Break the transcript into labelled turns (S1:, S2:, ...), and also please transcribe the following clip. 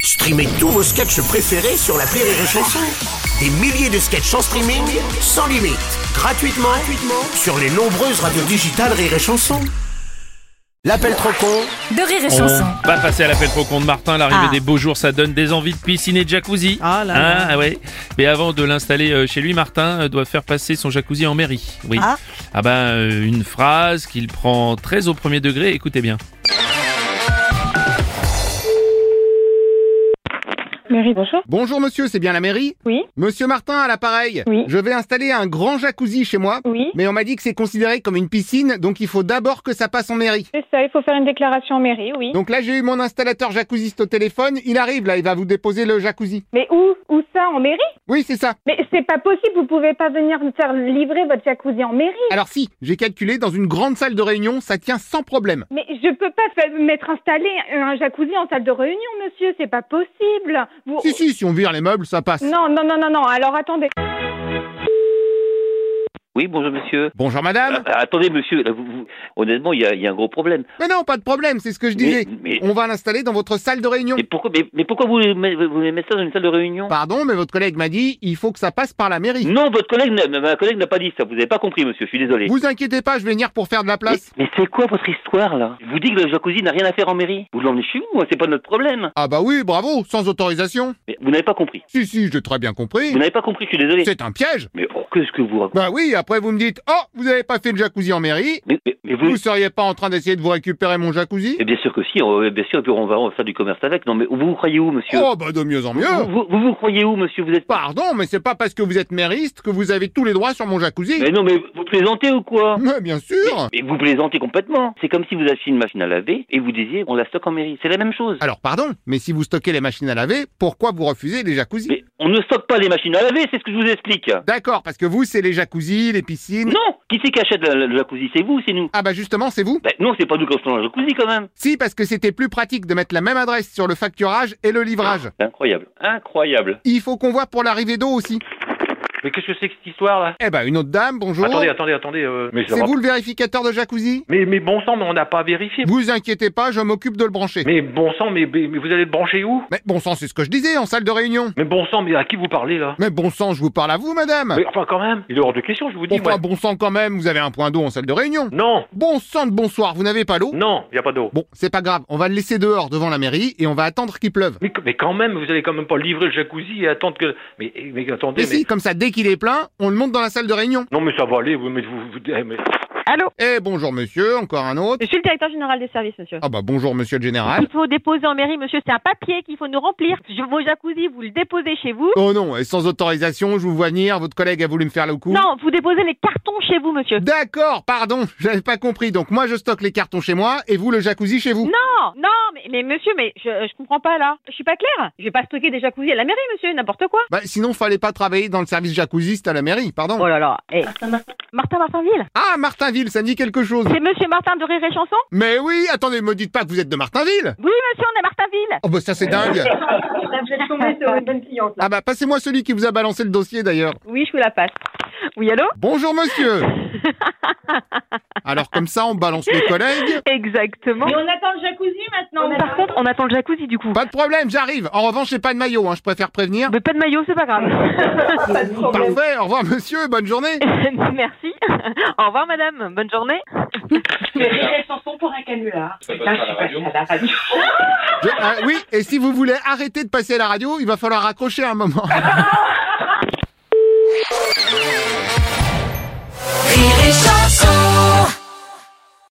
S1: Streamez tous vos sketchs préférés sur la Rire et Chanson. Des milliers de sketchs en streaming, sans limite, gratuitement, gratuitement sur les nombreuses radios digitales Rire et Chanson. L'appel trop con
S2: de rire et
S3: On
S2: chanson.
S3: va passer à l'appel trop con de Martin. L'arrivée
S2: Ah.
S3: des beaux jours, ça donne des envies de piscine et de jacuzzi.
S4: Ah là
S3: Hein,
S4: là.
S3: ah ouais. Mais avant de l'installer euh, chez lui, Martin euh, doit faire passer son jacuzzi en mairie. Oui.
S4: Ah.
S3: ben, euh, une phrase qu'il prend très au premier degré. Écoutez bien.
S5: Mairie, bonjour.
S6: Bonjour monsieur, c'est bien la mairie
S5: Oui,
S6: Monsieur Martin à l'appareil.
S5: Oui.
S6: Je vais installer un grand jacuzzi chez moi.
S5: oui.
S6: Mais on m'a dit que c'est considéré comme une piscine, donc il faut d'abord que ça passe en mairie.
S5: C'est ça, il faut faire une déclaration en mairie, oui.
S6: Donc là j'ai eu mon installateur jacuzziste au téléphone, il arrive là, il va vous déposer le jacuzzi.
S5: Mais où Où ça En mairie
S6: Oui c'est ça.
S5: Mais c'est pas possible, vous pouvez pas venir me faire livrer votre jacuzzi en mairie.
S6: Alors si, j'ai calculé, dans une grande salle de réunion, ça tient sans problème.
S5: Mais je peux pas fa- mettre installé un jacuzzi en salle de réunion, monsieur, c'est pas possible. Vous...
S6: Si si, si on vire les meubles, ça passe.
S5: Oh. Non, non, non, non, non, alors attendez.
S7: Oui, bonjour monsieur.
S6: Bonjour madame.
S7: Ah, attendez monsieur, là, vous- vous- honnêtement, il y a, il y a un gros problème.
S6: Mais non, pas de problème, c'est ce que je disais.
S7: mais, mais,
S6: On va l'installer dans votre salle de réunion.
S7: mais pourquoi, mais, mais pourquoi vous, voulez met- vous voulez mettre ça dans une salle de réunion
S6: Pardon, mais votre collègue m'a dit, il faut que ça passe par la mairie.
S7: Non, votre collègue, n'a- ma collègue n'a pas dit ça. Vous n'avez pas compris monsieur, je suis désolé.
S6: Vous inquiétez pas, je vais venir pour faire de la
S7: mais
S6: place.
S7: mais c'est quoi votre histoire là Je vous dis que le jacuzzi n'a rien à faire en mairie. Vous l'emmenez chez vous, hein, c'est pas notre problème.
S6: Ah bah oui, bravo, sans autorisation.
S7: Mais vous n'avez pas compris.
S6: Si, si, j'ai très bien compris.
S7: Vous n'avez pas compris, je suis désolé.
S6: C'est un piège.
S7: Mais oh, qu'est-ce que vous racontez
S6: Bah oui, après vous me dites, oh, vous n'avez pas fait le jacuzzi en mairie.
S7: mais, mais- mais vous...
S6: Vous seriez pas en train d'essayer de vous récupérer mon jacuzzi
S7: Eh bien sûr que si, on- bien sûr, et puis on va, on va faire du commerce avec. Non mais vous vous croyez où monsieur
S6: Oh bah de mieux en
S7: euh, vous,
S6: mieux.
S7: vous, vous vous croyez où monsieur Vous êtes
S6: Pardon, mais c'est pas parce que vous êtes mairiste que vous avez tous les droits sur mon jacuzzi.
S7: Mais non mais vous plaisantez ou quoi
S6: Mais bien sûr.
S7: Mais vous plaisantez complètement. C'est comme si vous achetiez une machine à laver et vous disiez on la stocke en mairie. C'est la même chose.
S6: Alors pardon, mais si vous stockez les machines à laver, pourquoi vous refusez les jacuzzis
S7: Mais on ne stocke pas les machines à laver, c'est ce que je vous explique.
S6: D'accord, parce que vous c'est les jacuzzis, les piscines.
S7: Non Qui c'est qui achète la- la- le jacuzzi C'est vous, c'est nous.
S6: Ah bah justement, c'est vous.
S7: Ben non, c'est pas nous qui achetons le jacuzzi quand même.
S6: Si, parce que c'était plus pratique de mettre la même adresse sur le facturage et le livrage.
S7: C'est incroyable. Incroyable.
S6: Il faut qu'on voit pour l'arrivée d'eau aussi.
S8: Mais qu'est-ce que c'est que cette histoire là
S6: Eh bah une autre dame, bonjour.
S8: Attendez, attendez, attendez. euh, Mais,
S6: C'est vous le vérificateur de jacuzzi
S8: mais, bon sang, mais on n'a pas vérifié.
S6: Vous inquiétez pas, je m'occupe de le brancher.
S8: Mais bon sang, mais, mais- mais vous allez le brancher où
S6: Mais bon sang, c'est ce que je disais en salle de réunion.
S8: Mais bon sang, mais à qui vous parlez là
S6: Mais bon sang, je vous parle à vous, madame.
S8: Mais enfin quand même, il est hors de question, je vous dis.
S6: Enfin,
S8: moi.
S6: bon sang quand même, vous avez un point d'eau en salle de réunion.
S8: Non,
S6: Bon sang de bonsoir, vous n'avez pas l'eau
S8: non, il y a pas d'eau.
S6: Bon, c'est pas grave, on va le laisser dehors devant la mairie et on va attendre qu'il pleuve.
S8: Mais, mais quand même, vous allez quand même pas livrer le jacuzzi et attendre que. Mais, mais attendez,
S6: Et
S8: mais.
S6: si, comme ça, dès qu'il est plein, on le monte dans la salle de réunion.
S8: Non, mais ça va aller, vous- mais vous. vous- eh, mais-
S9: Allô
S6: Eh, bonjour monsieur, encore un autre.
S9: Je suis le directeur général des services, monsieur.
S6: Ah bah bonjour monsieur le général.
S9: Il faut déposer en mairie, monsieur. C'est un papier qu'il faut nous remplir. Je, vos jacuzzi, vous le déposez chez vous.
S6: Oh non, et sans autorisation, je vous vois venir, votre collègue a voulu me faire le coup.
S9: Non, vous déposez les cartons chez vous, monsieur.
S6: D'accord, pardon, j'avais pas compris. Donc moi je stocke les cartons chez moi et vous le jacuzzi chez vous.
S9: Non, non, mais, mais monsieur, mais je, je comprends pas là. Je suis pas claire. Je vais pas stocker des jacuzzi à la mairie, monsieur. N'importe quoi.
S6: Bah sinon fallait pas travailler dans le service jacuzziste à la mairie, pardon.
S9: Oh là là. eh. Martin Martinville.
S6: Ah Martinville, ça me dit quelque chose.
S9: C'est monsieur Martin de Rire et Chanson
S6: Mais oui, attendez, me dites pas que vous êtes de Martinville.
S9: Oui, monsieur, on est Martinville.
S6: Oh bah ça c'est dingue.
S5: Vous êtes tombé sur une bonne cliente, là.
S6: Ah bah passez-moi celui qui vous a balancé le dossier d'ailleurs.
S9: Oui, je vous la passe. Oui, allô
S6: Bonjour monsieur. Alors comme ça on balance les collègues.
S9: Exactement.
S5: Mais on attend le jacuzzi maintenant. on
S9: Par
S5: attend-
S9: contre, on attend le jacuzzi du coup.
S6: Pas de problème, j'arrive. En revanche, j'ai pas de maillot, hein, je préfère prévenir.
S9: Mais pas de maillot, c'est pas grave.
S6: Parfait, au revoir monsieur, bonne journée.
S9: Merci. Au revoir, madame. Bonne journée.
S6: euh, Je- ah, oui, et si vous voulez arrêter de passer à la radio, il va falloir raccrocher un moment.